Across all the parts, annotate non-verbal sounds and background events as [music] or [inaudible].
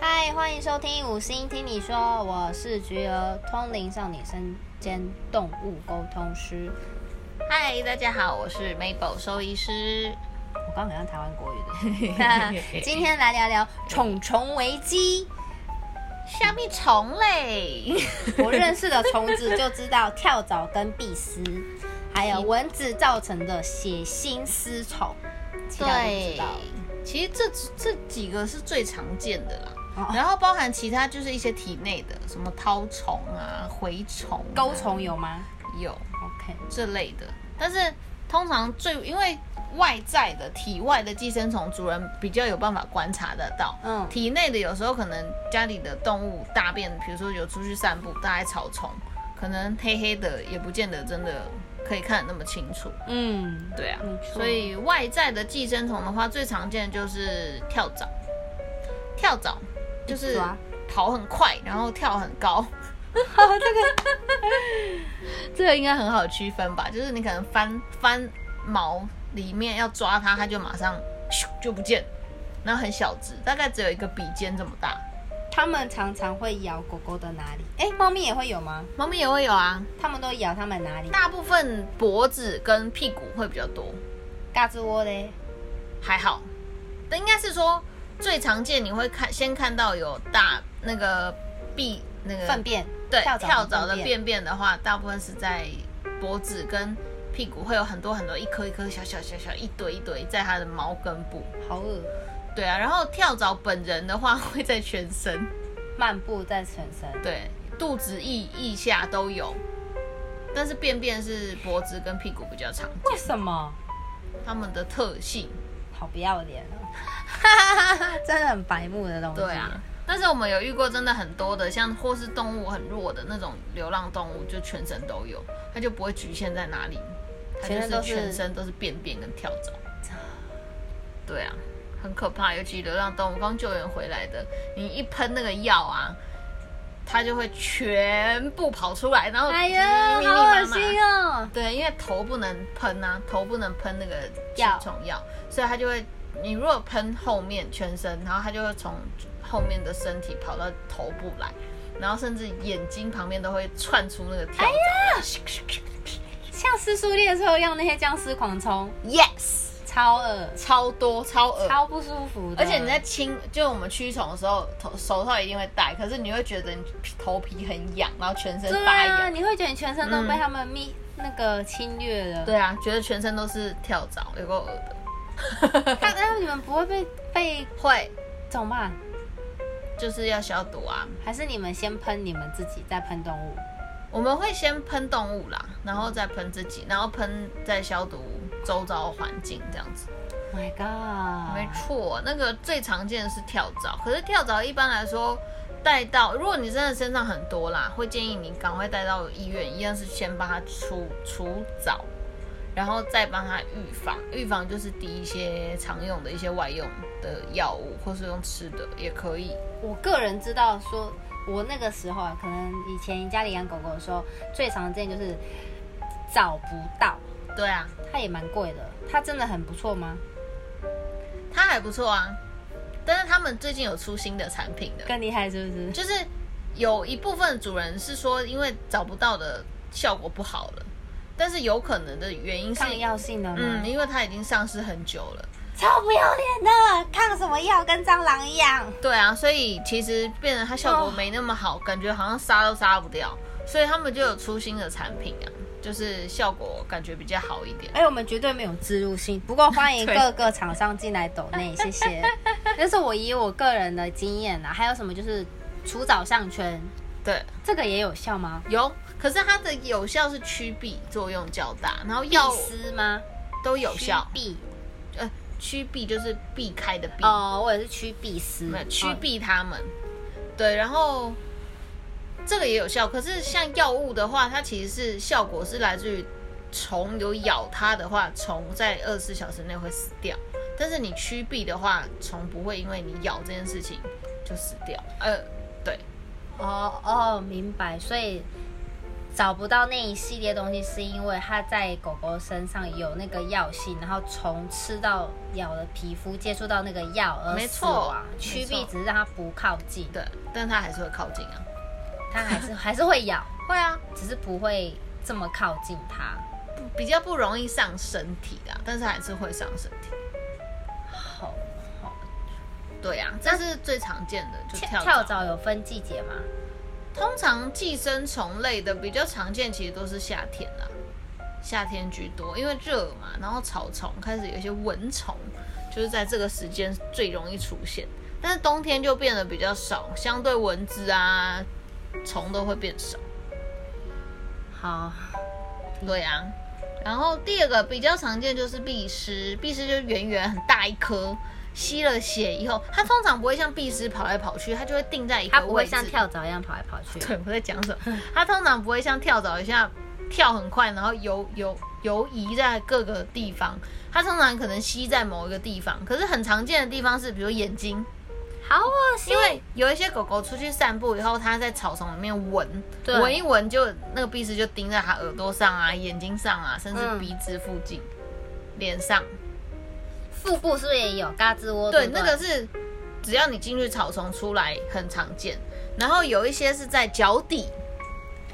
嗨，欢迎收听五星听你说，我是菊儿，通灵少女身兼动物沟通师。嗨，大家好，我是 Mabel 兽医师。我刚好像台湾国语的。那 [laughs] 今天来聊聊虫虫危机。虾米虫类，我认识的虫子就知道跳蚤跟蜱丝，还有蚊子造成的血腥丝虫，其他都知道。 [laughs] 其实这这几个是最常见的啦。哦然后包含其他就是一些体内的，什么绦虫啊、蛔虫、啊、钩虫有吗有？OK，这类的。但是通常最因为外在的体外的寄生虫，主人比较有办法观察得到。嗯体内的有时候可能家里的动物大便，比如说有出去散步，大概草丛，可能黑黑的，也不见得真的可以看得那么清楚。嗯，对啊没，错所以外在的寄生虫的话，最常见的就是跳蚤。跳蚤就是抓跑很快，然后跳很高。这个 [laughs] 这个应该很好区分吧？就是你可能翻翻毛里面要抓它，它就马上咻就不见了，然后很小只，大概只有一个笔尖这么大。他们常常会咬狗狗的哪里？哎，猫咪也会有吗？猫咪也会有啊，它们都咬它们哪里？大部分脖子跟屁股会比较多。嘎吱窝嘞？还好，但应该是说最常见你会看先看到有大那个壁那个粪便？对跳跳蚤的蚤的便便便的话，大部分是在脖子跟屁股会有很多很多一颗一颗小小小小一堆一堆在它的毛根部。好恶，对啊，然后跳蚤本人的话会在全身，漫步在全身。对，肚子腋腋下都有。但是便便是脖子跟屁股比较常见，为什么？它们的特性。好不要脸啊！ [laughs] 真的很白目的东西。对啊，，但是我们有遇过真的很多的，像或是动物很弱的那种流浪动物，就全身都有，它就不会局限在哪里，它就全身都是是全身都是便便跟跳蚤。对啊，很可怕，尤其流浪动物刚救援回来的，你一喷那个药啊，它就会全部跑出来，然后哎呀，密密好麻麻恶心哦！对，因为头不能喷啊，头不能喷那个驱药虫药，所以它就会，你如果喷后面全身，然后它就会从后面的身体跑到头部来，然后甚至眼睛旁边都会窜出那个哎跳蚤。像失速列车一样，那些僵尸狂冲 yes，超恶，超多超恶超嗯不舒服的。而且你在清，就我们驱虫的时候，头手套一定会戴，可是你会觉得你头皮很痒，然后全身对发啊，痒。你会觉得你全身都被嗯他们密那个侵略了。，对啊，觉得全身都是跳蚤，有够恶的。 [laughs] 但但你们不会被被会怎么办？就是要消毒啊，还是你们先喷你们自己，再喷动物？我们会先喷动物啦，然后再喷自己，然后喷再消毒周遭环境这样子。 My God！没错，那个最常见的是跳蚤，可是跳蚤一般来说带到，如果你真的身上很多啦，会建议你赶快带到医院，一样是先帮它除除蚤，然后再帮它预防。预防就是滴一些常用的一些外用的药物，或是用吃的也可以。我个人知道说，我那个时候啊，可能以前家里养狗狗的时候，最常见就是找不到，对啊，它也蛮贵的。它真的很不错吗？它还不错啊，但是他们最近有出新的产品的。更厉害是不是？就是有一部分主人是说，因为找不到的效果不好了，但是有可能的原因是，抗药性的吗？嗯，因为它已经丧失很久了。超不要脸的，抗什么药？跟蟑螂一样。对啊，所以其实变得它效哦果没那么好，感觉好像杀都杀不掉，所以他们就有出新的产品啊，就是效果感觉比较好一点。哎、我们绝对没有植入性，不过欢迎对各个厂商进来抖内，谢 [laughs] 谢。但是我以我个人的经验啊，还有什么就是除藻项圈，对，这个也有效吗？有，可是它的有效是驱避作用较大，然后药必丝吗？都有效，驱避呃，驱避就是避开的避，哦，我也是驱避丝没有，驱哦避他们。对，然后这个也有效，可是像药物的话，它其实是效果是来自于虫有咬它的话，虫在二十四小时内会死掉。但是你驱避的话，虫不会因为你咬这件事情就死掉。呃，对，哦哦，明白。所以找不到那一系列东西，是因为它在狗狗身上有那个药性，然后从吃到咬的皮肤接触到那个药而没死错亡。没驱错避只是让它不靠近，对，但它还是会靠近啊。它还是还是会咬， [laughs] 会啊，只是不会这么靠近它。不比较不容易上身体啦，但是还是会上身体。好，好对啊，这是最常见的，就跳跳跳蚤。蚤有分季节吗？通常寄生虫类的比较常见，其实都是夏天啦，夏天居多，因为热嘛，然后草丛开始有一些蚊虫，就是在这个时间最容易出现。但是冬天就变得比较少，相对蚊子啊、虫都会变少。好，对啊，然后第二个比较常见就是蜱虱，蜱虱就是圆圆很大一颗，吸了血以后，它通常不会像蜱虱跑来跑去，它就会定在一它个不位会置。像跳蚤一样跑来跑去。 [laughs] 对，我在讲什么？它通常不会像跳蚤一样跳很快，然后游游游移在各个地方。它通常可能吸在某一个地方，可是很常见的地方是，比如眼睛，好哦恶心因。为有一些狗狗出去散步以后，它在草丛里面闻，对闻一闻就那个鼻屎就盯在它耳朵上啊、眼睛上啊，甚至嗯鼻子附近、脸上。腹部是不是也有嘎吱窝？对，不那个是只要你进去草丛出来很常见，然后有一些是在脚底、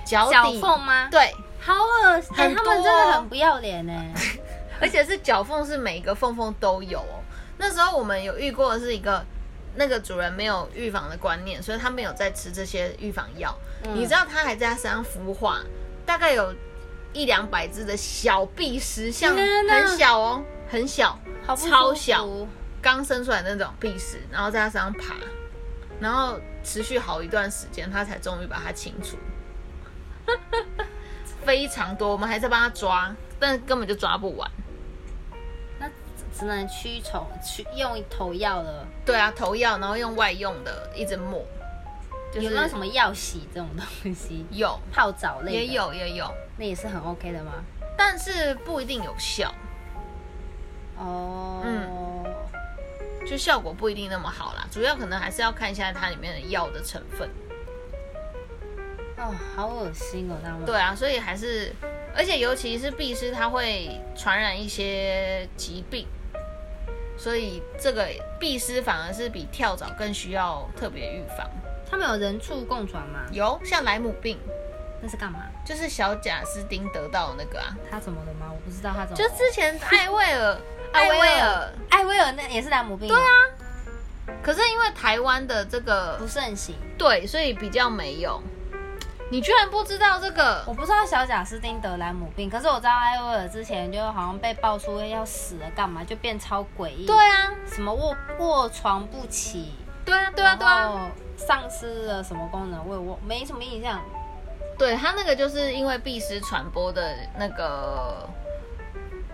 脚脚底缝吗？，对，哦好恶心，很他多啊们真的很不要脸欸呢、 [laughs] 而且是脚缝是每一个缝缝都有哦。那时候我们有遇过的是一个那个主人没有预防的观念，所以他没有在吃这些预防药。嗯你知道他还在他身上孵化，大概有一两百只的小壁虱，像天哪很小哦，很小，好不舒服超小，刚生出来那种壁虱，然后在他身上爬，然后持续好一段时间，他才终于把它清除。 [laughs] 非常多，我们还在帮他抓，但根本就抓不完。那只能驱虫，驱用一头药了。对啊，头药，然后用外用的一直抹，就是有没有什么药洗这种东西？ [laughs] 有泡澡类的也，有也有，那也是很 OK 的吗？但是不一定有效，哦，嗯就效果不一定那么好啦。主要可能还是要看一下它里面的药的成分。哦，好恶心哦，他们。对啊，所以还是，而且尤其是蜱虱，它会传染一些疾病，所以这个蜱虱反而是比跳蚤更需要特别预防。他们有人畜共床吗？有像莱姆病，那是干嘛？就是小贾斯汀得到的那个啊，他怎么了吗？我不知道他怎么了。就哎之前艾薇儿，艾艾薇薇儿儿。艾薇儿那也是莱姆病，哦对啊，啊可是因为台湾的这个不盛行。对，所以比较没有。你居然不知道这个我？不知道小贾斯汀得莱姆病，可是我知道艾薇儿之前就好像被爆出要死了，干嘛就变超诡异。对啊，什么卧卧床不起，对啊，对啊，对然啊，后丧失了什么功能，我也我没什么印象。对他那个就是因为避湿传播的那个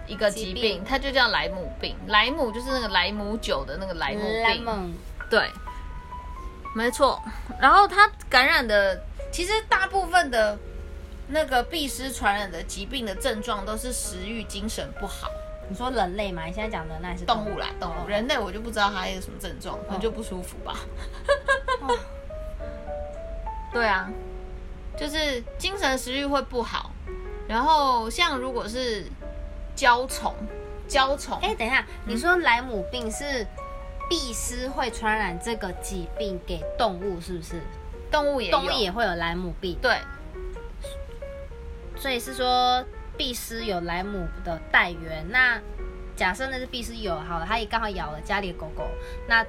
一个疾疾病病，它就叫莱姆病。莱姆就是那个莱姆酒的那个莱姆病。 Lemon 对，没错。然后它感染的，其实大部分的那个避湿传染的疾病的症状都是食欲、精神不好。你说人类吗？你现在讲人类还是动物啦，动哦物，人类我就不知道它有什么症状，可能就不舒服吧。 [laughs] 哦对啊，就是精神食欲会不好，然后像如果是焦虫，焦虫，哎、等一下，你说莱姆病是蜱虱会传染这个疾病给动物，是不是？动物也有动物也会有莱姆病，对所以是说蜱虱有莱姆的带源。那假设那只蜱虱有好了，它也刚好咬了家里的狗狗，那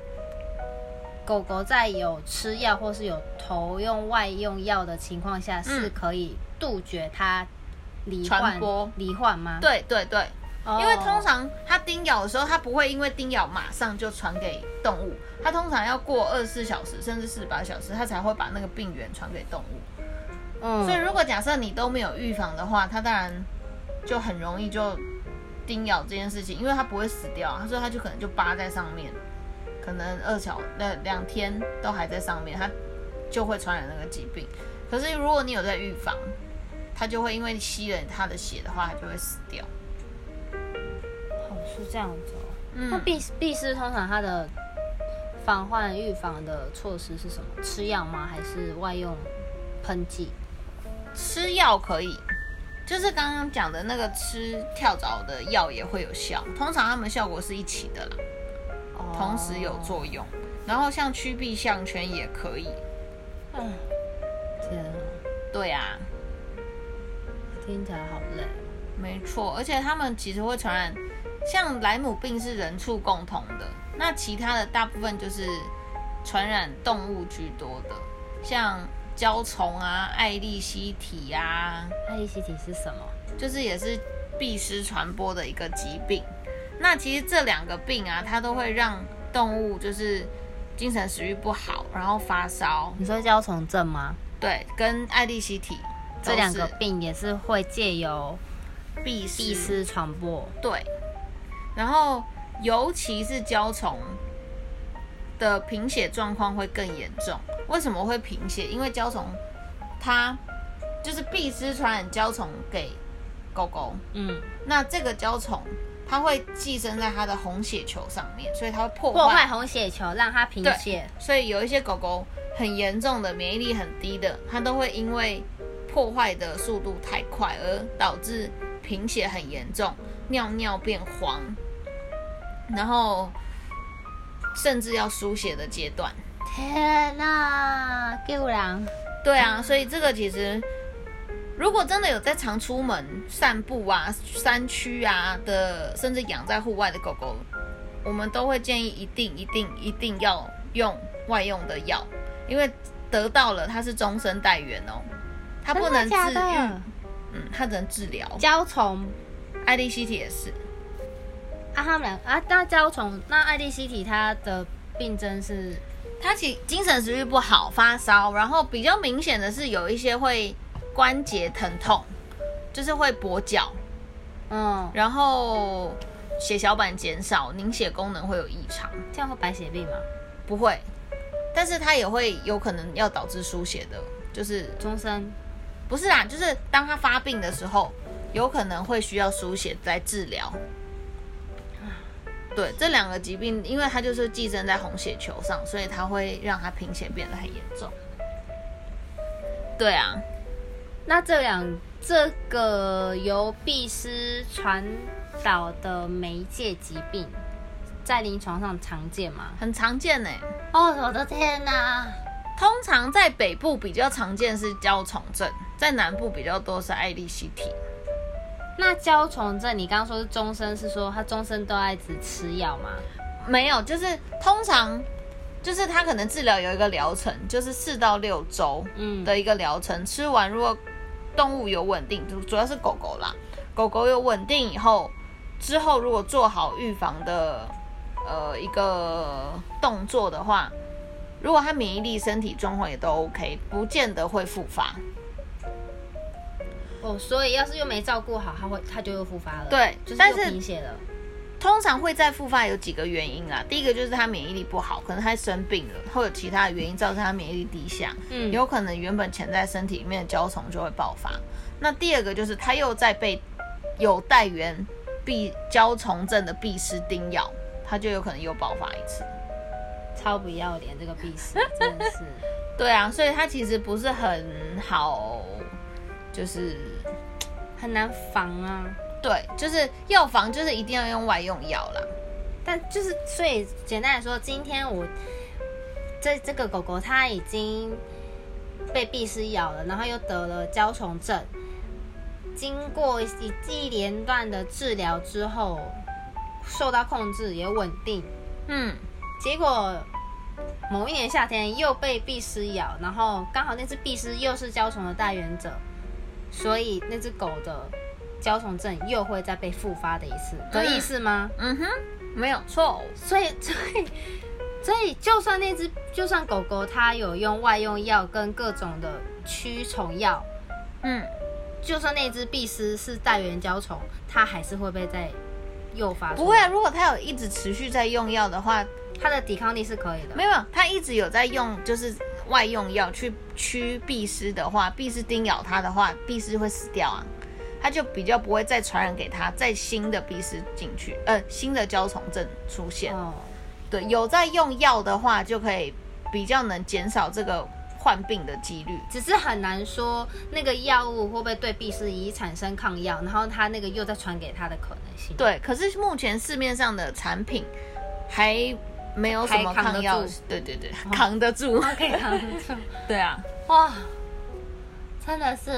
狗狗在有吃药或是有投用外用药的情况下，是可以杜绝它罹患传播罹患吗？，对对对，哦因为通常它叮咬的时候，它不会因为叮咬马上就传给动物，它通常要过二十四小时甚至四十八小时，它才会把那个病源传给动物。嗯，所以如果假设你都没有预防的话，它当然就很容易就叮咬这件事情，因为它不会死掉啊，所以它就可能就扒在上面，可能二小那两天都还在上面，它就会传染那个疾病。可是如果你有在预防，它就会因为吸了它的血的话，它就会死掉。哦是这样子哦。那嗯，必必斯通常它的防患预防的措施是什么？吃药吗？还是外用喷剂？吃药可以，就是刚刚讲的那个吃跳蚤的药也会有效，通常它们效果是一起的啦，同时有作用。然后像驱避项圈也可以，嗯，天啊，对啊，听起来好累哦。没错，而且它们其实会传染，像莱姆病是人畜共同的，那其他的大部分就是传染动物居多的，像焦虫啊、艾利希体啊，爱立西体是什么？就是也是必须传播的一个疾病。那其实这两个病啊，它都会让动物就是精神食欲不好，然后发烧，你说焦虫症吗？对，跟艾利希体这两个病也是会借由必地丝传播。对，然后尤其是焦虫的贫血状况会更严重。为什么会贫血？因为焦虫它就是必丝传染焦虫给狗狗，嗯，那这个焦虫它会寄生在它的红血球上面，所以它会破破坏坏。红血球，让它贫血。所以有一些狗狗很严重的免疫力很低的，它都会因为破坏的速度太快而导致贫血很严重，尿尿变黄，然后甚至要输血的阶段。天哪、救人！对啊，所以这个其实，如果真的有在常出门散步啊、山区啊的，甚至养在户外的狗狗，我们都会建议一定、一定、一定要用外用的药，因为得到了它是终身带源哦，它不能真治的假愈的，嗯，它只能治疗。焦虫艾利希体也是，啊，他们俩啊，那焦虫，那爱丽西体它的病症是它嗯其精神食欲不好，发烧，然后比较明显的是有一些会关节疼痛，就是会跛脚。嗯，然后血小板减少，凝血功能会有异常，这样会白血病吗？不会，但是它也会有可能要导致输血的，就是终身不是啦，就是当它发病的时候，有可能会需要输血来治疗。对，这两个疾病，因为它就是寄生在红血球上，所以它会让它贫血变得很严重。对啊，那这两这个由必斯传导的媒介疾病，在临床上常见吗？很常见呢、哦，我的天哪、通常在北部比较常见是焦虫症，在南部比较多是艾利希体。那焦虫症，你刚刚说是终身，是说他终身都爱只吃药吗？没有，就是通常就是他可能治疗有一个疗程，就是四到六周嗯，的一个疗程，吃完如果动物有稳定，主主要是狗狗啦，狗狗有稳定以后，之后如果做好预防的呃一个动作的话，如果它免疫力、身体状况也都 OK，不见得会复发。哦，所以要是又没照顾好，他会他就又复发了。对就是但又是贫血了。通常会再复发有几个原因啦，第一个就是它免疫力不好，可能它生病了，或有其他的原因造成它免疫力低下，嗯有可能原本潜在身体里面的焦虫就会爆发。那第二个就是它又在被有带源必焦虫症的必施叮咬，它就有可能又爆发一次。超不要脸，这个必死真的 [laughs] 是。对啊，所以它其实不是很好，就是很难防啊。对，就是药房就是一定要用外用药啦。但就是，所以简单来说，今天我这这个狗狗它已经被壁虱咬了，然后又得了焦虫症，经过一一连段的治疗之后，受到控制也稳定，嗯，结果。某一年夏天又被壁虱咬，然后刚好那只壁虱又是焦虫的带源者，所以那只狗的焦虫症又会再被复发的一次的意思吗？嗯哼，没有错。所以， [laughs] 所以，所以，就算那只，就算狗狗它有用外用药跟各种的驱虫药，嗯。就算那只壁虱是带原胶虫，它还是会被再诱发。不会啊，，如果他有一直持续在用药的话，它的抵抗力是可以的。没有，他一直有在用就是外用药去驱蜱虱的话，蜱虱叮咬他的话，蜱虱会死掉啊，他就比较不会再传染给他，再新的蜱虱进去，呃，新的焦虫症出现。哦，对，有在用药的话，就可以比较能减少这个患病的几率。只是很难说那个药物会不会对必斯仪产生抗药，然后他那个又再传给他的可能性。对，可是目前市面上的产品还没有什么还扛抗得药住，对对 [laughs] 对，扛得住。 ，OK，扛 [laughs] 不住。对啊，哇，真的是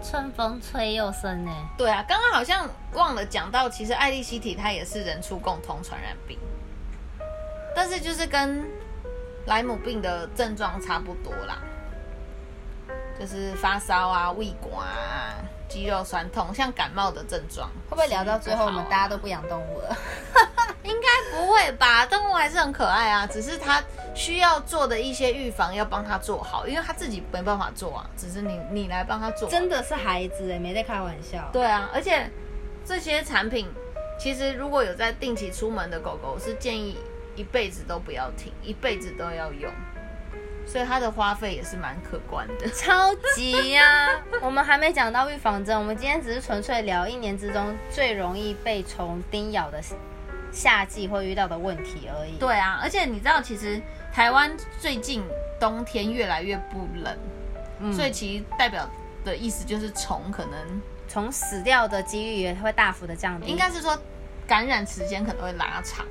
春风吹又生呢。对啊，刚刚好像忘了讲到，其实艾利希体它也是人畜共同传染病，但是就是跟莱姆病的症状差不多啦，就是发烧啊、胃管啊、肌肉酸痛，像感冒的症状。会不会聊到最后我们大家都都不养动物了？应该不会吧？动物还是很可爱啊，只是它需要做的一些预防要帮它做好，因为它自己没办法做啊，只是你你来帮它做啊、真的是孩子哎，没在开玩笑。对啊，而且这些产品其实如果有在定期出门的狗狗，是建议一辈子都不要停，一辈子都要用，所以它的花费也是蛮可观的。超级呀、 [laughs] 我们还没讲到预防针，我们今天只是纯粹聊一年之中最容易被虫叮咬的夏季会遇到的问题而已。，对啊，而且你知道，其实台湾最近冬天越来越不冷，嗯所以其实代表的意思就是虫可能虫死掉的几率也会大幅的降低。应该是说感染时间可能会拉长。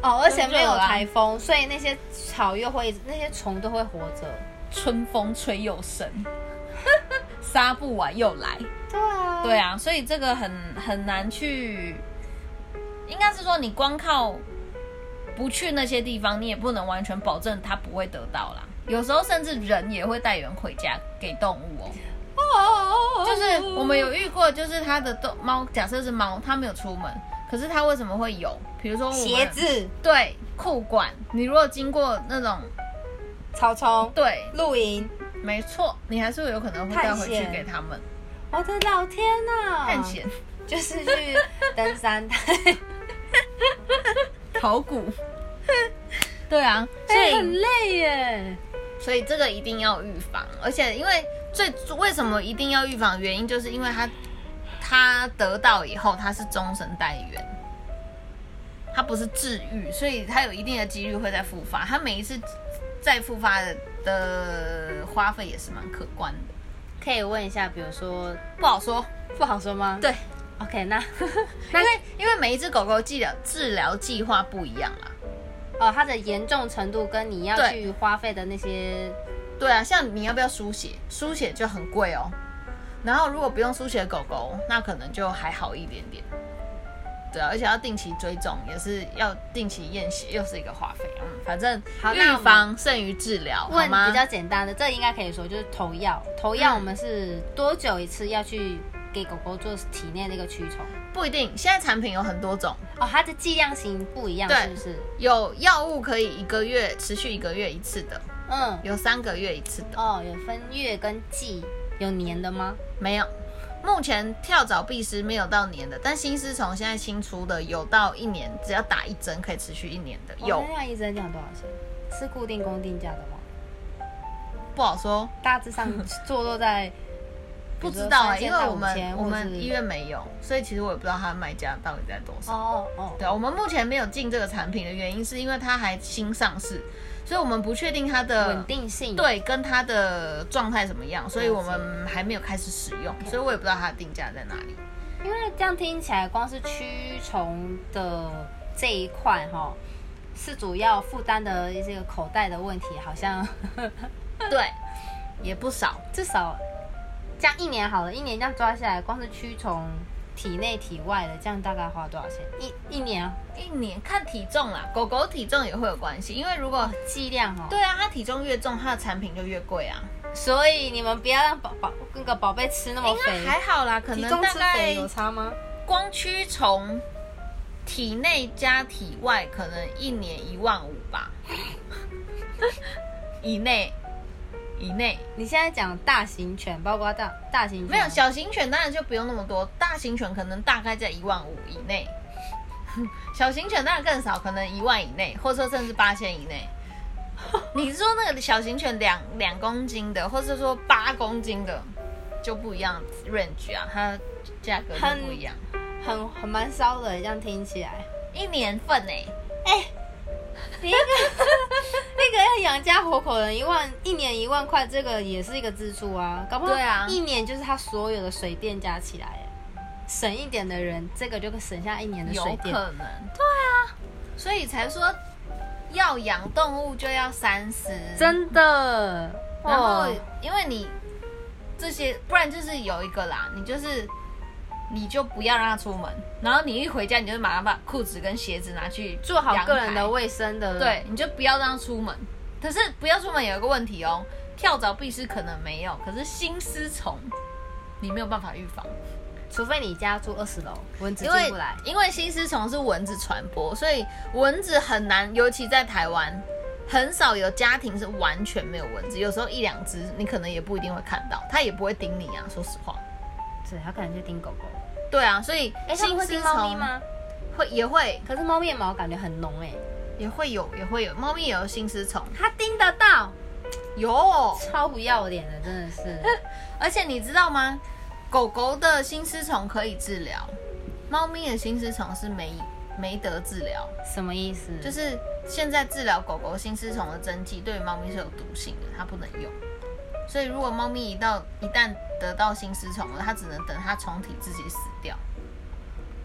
哦，而且更热没有啦台风，所以那些草又会，那些虫都会活着。春风吹又生， [laughs] 杀不完又来。对啊，对啊，所以这个很很难去，应该是说你光靠不去那些地方，你也不能完全保证它不会得到啦。有时候甚至人也会带源回家给动物哦。就就是是我们有遇过，就是它的动猫，假设是猫，它没有出门，可是它为什么会有？比如说我们鞋，子、对，裤管。你如果经过那种，草丛、对，露营，没错，你还是会有可能会带探回去险啊给他们我的老天呐、[laughs] 探险、就是去登山，考古。 [laughs] 对啊，所哎以、很累耶。所以这个一定要预防，而且因为最为什么一定要预防，原因就是因为它它得到以后，它是终身带源，它不是治愈，所以它有一定的几率会再复发。它每一次再复发的的花费也是蛮可观的，可以问一下，比如说不好说。不好说吗？对， ，OK，那 [laughs] 因那为因为每一只狗狗治疗治疗计划不一样啊啦。哦，它的严重程度跟你要对去花费的那些，对啊，像你要不要输血？输血就很贵哦。然后如果不用输血的狗狗，那可能就还好一点点。对啊，而且要定期追踪，也是要定期验血，又是一个花费。嗯，反正好那我预们防胜于治疗，好问吗比？较简单的，这应该可以说就是投药。投药嗯我们是多久一次要去给狗狗做体内那个驱虫？不一定，现在产品有很多种，哦，它的剂量型不一样，对是不是？有药物可以一个月持续一个月一次的，嗯，有三个月一次的，哦，有分月跟季，有年的吗？没有。目前跳蚤、蜱虱没有到年的，但新丝虫现在新出的有到一年，只要打一针可以持续一年的，有哦那样一针讲多少钱？是固定公定价的吗？不好说。大致上坐落在 [laughs] 不知道哎、比如因说三千为我到五千们我或们是医院没有，所以其实我也不知道它的卖价到底在多少。哦哦，对啊，我们目前没有进这个产品的原因是因为它还新上市，所以我们不确定它的稳定性对跟它的状态怎么样，所以我们还没有开始使用，所以我也不知道它的定价在哪里。因为这样听起来，光是驱虫的这一块哈，是主要负担的这个口袋的问题，好像 [laughs] 对， [laughs] 也不少。至少这样一年好了，一年这样抓下来，光是驱虫体内体外的，这样大概花多少钱？一一年啊一年看体重啦，狗狗体重也会有关系，因为如果剂量哈。，对啊，它体重越重，它的产品就越贵啊。所以你们不要让宝宝那个宝贝吃那么应该肥，还好啦，可体能重大吃概肥有差吗？光驱虫体内加体外，可能一年一万五吧， [laughs] 以内以内你现在讲大型犬，包括大大型犬没有小型犬当然就不用那么多，大型犬可能大概在一万五以内， [laughs] 小型犬当然更少，可能一万以内，或者说甚至八千以内。 [laughs] 你说那个小型犬两两公斤的，或者说八公斤的，就不一样 range 啊，它价格就不一样，欸很很蛮骚的，这样听起来。欸一年份哎、哎、 [laughs] 你一个那个要养家活口的人，一万一年一万块，这个也是一个支出啊，搞不好对啊一年就是他所有的水电加起来，省一点的人，这个就可以省下一年的有水可电。能，对啊，所以才说要养动物就要三思，真的，然后哦因为你这些，不然就是有一个啦，你就是你就不要让它出门，然后你一回家你就马上把裤子跟鞋子拿去做好个人的阳台，卫生的，对，你就不要让它出门。可是不要出门有一个问题哦，跳蚤、必虱可能没有，可是心丝虫你没有办法预防。除非你家住二十楼，蚊子因进为不来。因为心丝虫是蚊子传播，所以蚊子很难，尤其在台湾，很少有家庭是完全没有蚊子，有时候一两只你可能也不一定会看到，它也不会叮你啊。说实话，对，它可能就叮狗狗。对啊，所以哎，它们心会丝叮猫咪虫吗？会也会可是猫咪的毛感觉很浓哎，也会有也会有，猫咪也有心丝虫，它叮得到，有，超不要脸的，真的是。 [laughs] 而且你知道吗？狗狗的心丝虫可以治疗，猫咪的心丝虫是没没得治疗。什么意思？就就是是现在治疗狗狗心丝虫的针剂对于猫咪是有毒性的，它不能用。所以如果猫咪一到一旦得到心丝虫了，它只能等它虫体自己死掉，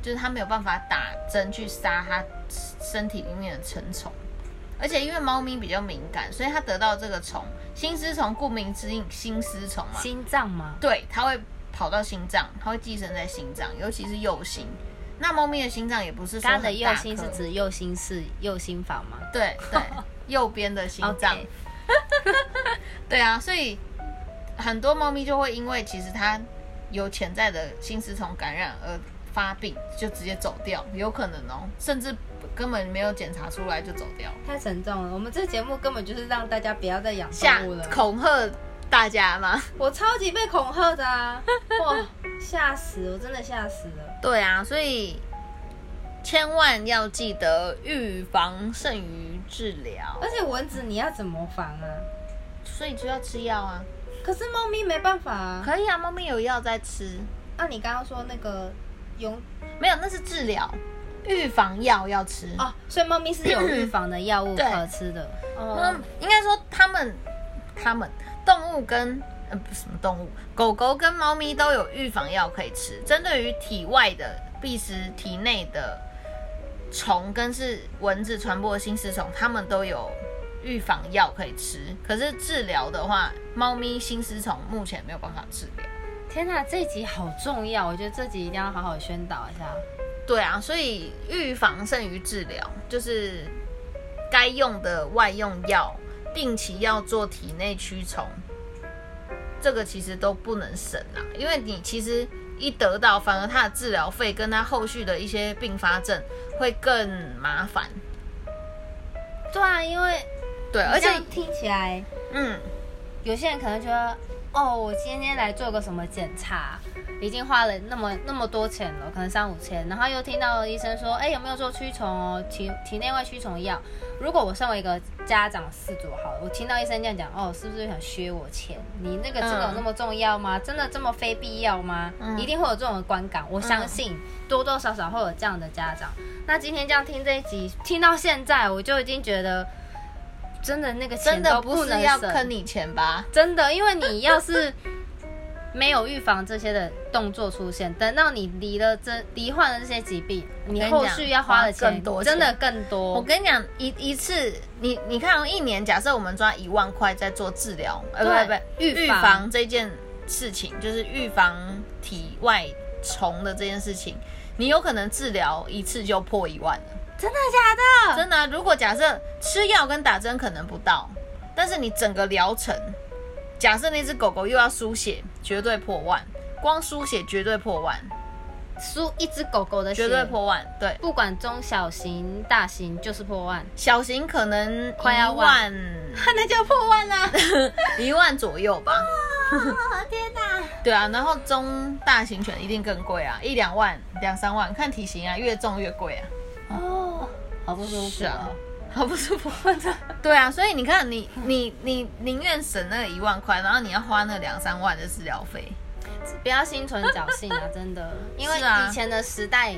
就是它没有办法打针去杀它身体里面的成虫。而且因为猫咪比较敏感，所以它得到这个虫心丝虫，顾名思义，心丝虫嘛，心脏吗？对，它会跑到心脏，它会寄生在心脏，尤其是右心。那猫咪的心脏也不是说它的很大右心是颗指右心室、右心房吗？对对，右边的心 [laughs] 脏 OK。对啊，所以很多猫咪就会因为其实它有潜在的心丝虫感染而发病，就直接走掉，有可能哦，甚至根本没有检查出来就走掉，太沉重了，我们这节目根本就是让大家不要再养吓动物了。恐吓大家吗？ [laughs] 我超级被恐吓的啊！ [laughs] 哇，吓死，我真的吓死了。对啊，所以千万要记得预防胜于治疗，而且蚊子你要怎么防啊？所以就要吃药啊。可是猫咪没办法啊。可以啊，猫咪有药在吃。啊，你刚刚说那个蛹没有，那是治疗，预防药要吃。哦，哦，所以猫咪是有预防的 [clears throat] 药物对可吃的。哦嗯，，应该说他们，他们动物跟呃不是什么动物，狗狗跟猫咪都有预防药可以吃。针对于体外的必食、体内的虫跟是蚊子传播的心丝虫，它们都有预防药可以吃。可是治疗的话，猫咪心丝虫目前没有办法治疗。天哪，这一集好重要，我觉得这集一定要好好宣导一下。对啊，所以预防胜于治疗，就是该用的外用药，定期要做体内驱虫，这个其实都不能省啊，因为你其实一得到，反而它的治疗费跟它后续的一些并发症会更麻烦。对啊，因为对，而且这样听起来，嗯，有些人可能觉得，哦，我今天来做个什么检查，已经花了那么那么多钱了，可能三五千，然后又听到医生说，哎，有没有做驱虫哦，体体内外驱虫药？如果我身为一个家长四组好了，我听到医生这样讲，哦，是不是想削我钱？你那个真的有那么重要吗？真的这么非必要吗？嗯一定会有这种的观感，我相信多多少少会有这样的家长。那今天这样听这一集，听到现在，我就已经觉得。真的那个钱真的都不能是要省坑你钱吧？真的，因为你要是 [laughs] 没有预防这些的动作出现，等到你离了这罹患了这些疾病，你跟你后讲续要花的花钱更多真的更我多。跟你讲，一一次你你看、哦，一年假设我们抓一万块在做治疗，对呃，不不不，预预防防这件事情，就是预防体外虫的这件事情，你有可能治疗一次就破一万了。真的假的？真的啊、如果假设吃药跟打针可能不到，但是你整个疗程，假设那只狗狗又要输血，绝对破万，光输血绝对破万，输一只狗狗的血绝对破万，对。不管中小型、大型，就是破万，小型可能快要一万万， [laughs] 那就破万 [laughs] 啦！一万左右吧。哦天哪！对啊，然后中大型犬一定更贵啊，一两万、两三万，看体型啊，越重越贵啊。哦，好不舒服是啊哦。， [laughs] 好不舒服。对啊，所以你看，你你你宁愿省那一万块，然后你要花那两三万的治疗费。不要心存侥幸啊，真的，因为是啊以前的时代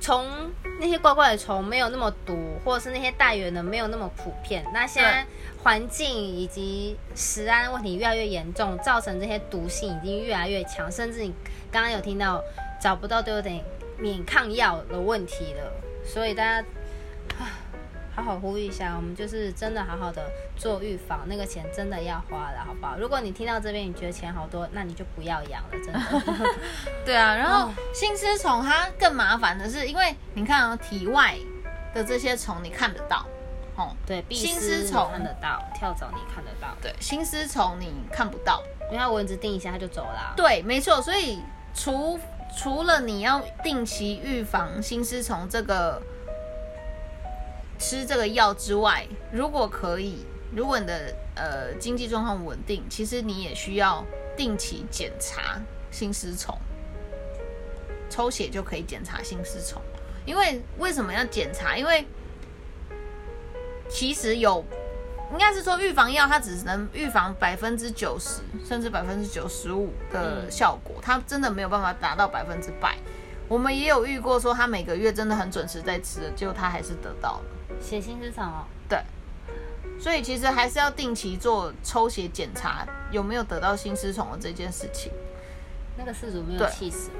虫那些怪怪的虫没有那么多，或者是那些带源的没有那么普遍。那现在环境以及食安问题越来越严重，造成这些毒性已经越来越强，甚至你刚刚有听到找不到都有点免抗药的问题了。所以大家啊好好呼吁一下，我们就是真的好好的做预防，那个钱真的要花的好不好？如果你听到这边你觉得钱好多，那你就不要养了，真的。对啊，然后哦心丝虫它更麻烦的是，因为你看哦，体外的这些虫你看得到，哦，对，壁心虱丝你虫看得到，跳蚤你看得到，对，心丝虫你看不到，因为它蚊子叮一下它就走啊啦。对，没错，所以除除了你要定期预防心丝虫这个吃这个药之外，如果可以，如果你的呃经济状况稳定，其实你也需要定期检查心丝虫，抽血就可以检查心丝虫。因为为什么要检查？因为其实有，应该是说预防药它只能预防百分之九十甚至百分之九十五的嗯效果，它真的没有办法达到百分之百。我们也有遇过说他每个月真的很准时在吃的，结果他还是得到了。血腥哦是什么？对，所以其实还是要定期做抽血检查，有没有得到心丝虫的这件事情。那个事主没有对气死吗？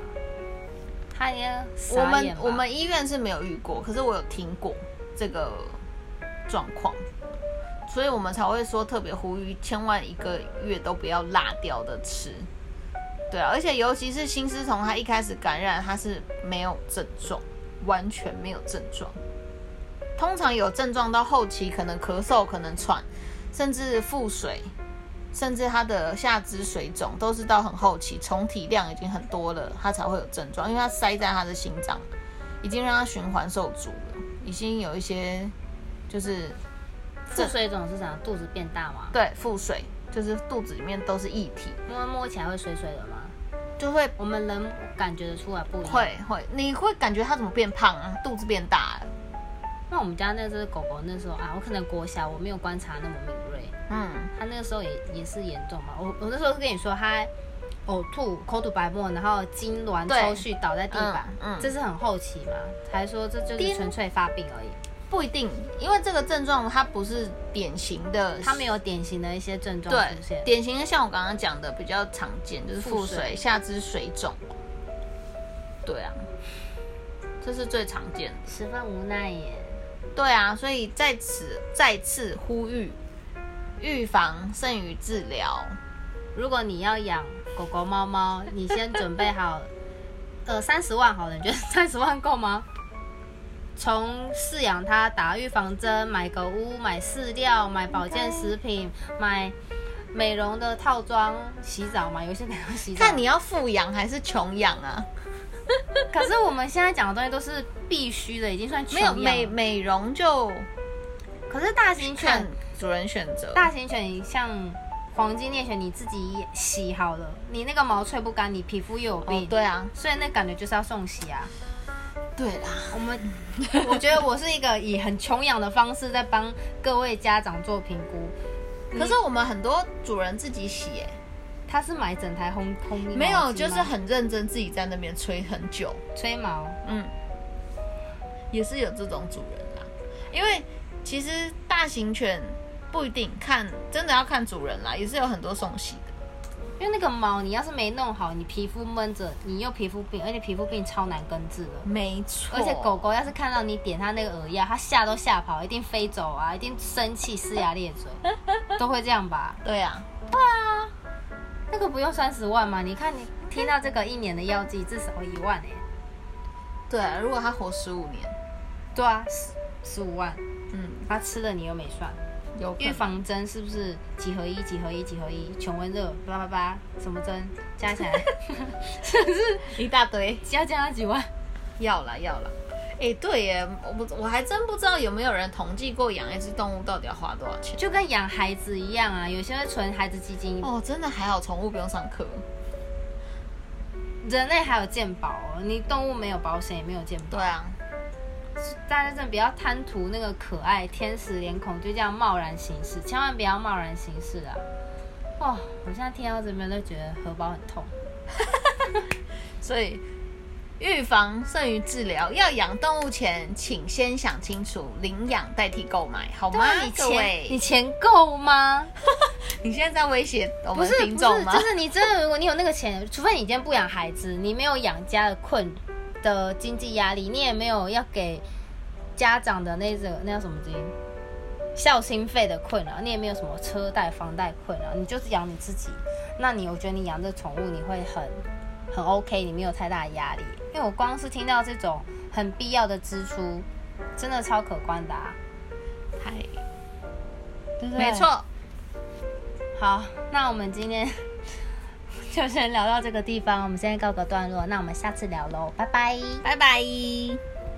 他也我傻眼们吧我们医院是没有遇过，可是我有听过这个状况，所以我们才会说特别呼吁，千万一个月都不要落掉的吃。对啊，而且尤其是心丝虫，它一开始感染它是没有症状，完全没有症状。通常有症状到后期，可能咳嗽，可能喘，甚至腹水，甚至它的下肢水肿，都是到很后期，虫体量已经很多了，它才会有症状，因为它塞在它的心脏，已经让它循环受阻了，已经有一些就是腹水肿是啥？肚子变大吗？对腹水，就是肚子里面都是液体，因为摸起来会水水的吗？就会我们人感觉得出来不一样。会会，你会感觉它怎么变胖啊，肚子变大了，那我们家那只狗狗那时候啊，我可能国小我没有观察那么敏锐，嗯，它那个时候也也是严重嘛。我我那时候是跟你说它呕吐、口吐白沫，然后痉挛、对抽搐倒在地板，嗯嗯这是很后期嘛，还说这就是纯粹发病而已。不一定，因为这个症状它不是典型的，它没有典型的一些症状出对现，典型的像我刚刚讲的比较常见，就是腹腹水、水下肢水肿，对啊，这是最常见的。十分无奈耶。对啊，所以在此再次呼吁，预防胜于治疗。如果你要养狗狗、猫猫，你先准备好，呃， [laughs] 三十万好了，你觉得三十万够吗？从饲养它、打预防针、买狗屋、买饲料、买保健食品、买美容的套装、洗澡嘛，有一些美容洗澡。看你要富养还是穷养啊？ [laughs] 可是我们现在讲的东西都是必须的，已经算没有穷养美了。美容就可是大型看犬，主人选择。哦大型犬像黄金猎犬，你自己洗好了，你那个毛吹不干，你皮肤又有病。哦，对啊，所以那感觉就是要送洗啊。对啦，我们， [laughs] 我觉得我是一个以很穷养的方式在帮各位家长做评估。可是我们很多主人自己洗、欸，他是买整台烘烘衣没毛有，巾就是吗很认真自己在那边吹很久。吹毛，嗯，也是有这种主人啦，因为其实大型犬不一定看，真的要看主人啦，也是有很多送洗的。因为那个毛你要是没弄好，你皮肤闷着，你又皮肤病，而且皮肤病超难根治的。没错而且狗狗要是看到你点它那个饵药，它吓都吓跑，一定飞走啊，一定生气呲牙咧 [laughs] 嘴，都会这样吧？对啊，那个不用三十万吗？你看你听到这个一年的药剂至少一万哎、对啊，如果它活十五年，对啊，十十五万。嗯，他吃了你又没算，有可能预防针是不是几合一、几合一、几合一？穷温热，叭叭叭，什么针加起来，是不是一大堆，要加几万？要啦要啦。哎、对耶，我不我还真不知道有没有人统计过养一只动物到底要花多少钱。就跟养孩子一样啊，有些会存孩子基金，哦，真的还好，宠物不用上课。人类还有健保哦，你动物没有保险也没有健保对。啊，大家真的不要贪图那个可爱、天使脸孔，就这样贸然行事，千万不要贸然行事啊！哦，我现在听到这边都觉得荷包很痛。所以预防胜于治疗，要养动物前，请先想清楚，领养代替购买，好对吗啊，你？各钱你位，钱够吗？你现在在威胁我不们是不听是，众吗就？是你真的，如果你有那个钱，除非你今天不养孩子，你没有养家的困的经济压力，你也没有要给家长的那个那叫什么金孝心费的困啊扰，你也没有什么车贷、房贷困啊扰，你就是养你自己。那你我觉得你养这宠物你会很很 OK，你没有太大的压力。因为我光是听到这种很必要的支出，真的超可观的、啊，嗨对不对？没。错，好，那我们今天 [laughs] 就先聊到这个地方，我们现在告个段落，那我们下次聊喽，拜拜。拜拜。